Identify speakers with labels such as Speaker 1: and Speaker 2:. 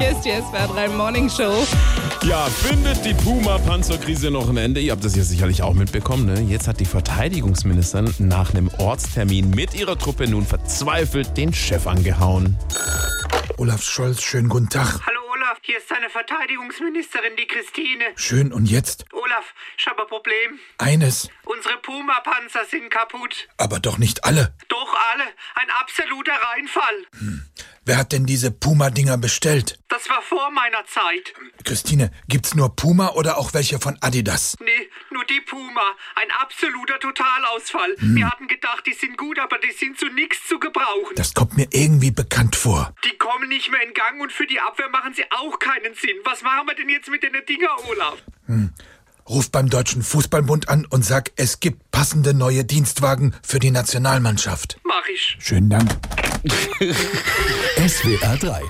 Speaker 1: ist die SWR 3 Morning Show.
Speaker 2: Ja, findet die Puma-Panzerkrise noch ein Ende? Ihr habt das ja sicherlich auch mitbekommen. Ne? Jetzt hat die Verteidigungsministerin nach einem Ortstermin mit ihrer Truppe nun verzweifelt den Chef angehauen.
Speaker 3: Olaf Scholz, schönen guten Tag.
Speaker 4: Hallo Olaf, hier ist deine Verteidigungsministerin, die Christine.
Speaker 3: Schön und jetzt
Speaker 4: Olaf, ich habe ein Problem.
Speaker 3: eines,
Speaker 4: Unsere Puma-Panzer sind kaputt.
Speaker 3: aber doch nicht alle.
Speaker 4: Doch alle. Ein absoluter Reinfall.
Speaker 3: Wer hat denn diese Puma-Dinger bestellt?
Speaker 4: Das war vor meiner Zeit.
Speaker 3: Christine, gibt's nur Puma oder auch welche von Adidas?
Speaker 4: Nee, nur die Puma. Ein absoluter Totalausfall. Wir hatten gedacht, die sind gut, aber die sind zu nichts zu gebrauchen.
Speaker 3: Das kommt mir irgendwie bekannt vor.
Speaker 4: Die kommen nicht mehr in Gang und für die Abwehr machen sie auch keinen Sinn. Was machen wir denn jetzt mit den Dinger, Olaf?
Speaker 3: Ruf beim Deutschen Fußballbund an und sag, es gibt passende neue Dienstwagen für die Nationalmannschaft.
Speaker 4: Mach ich.
Speaker 3: Schönen Dank.
Speaker 5: SWR 3.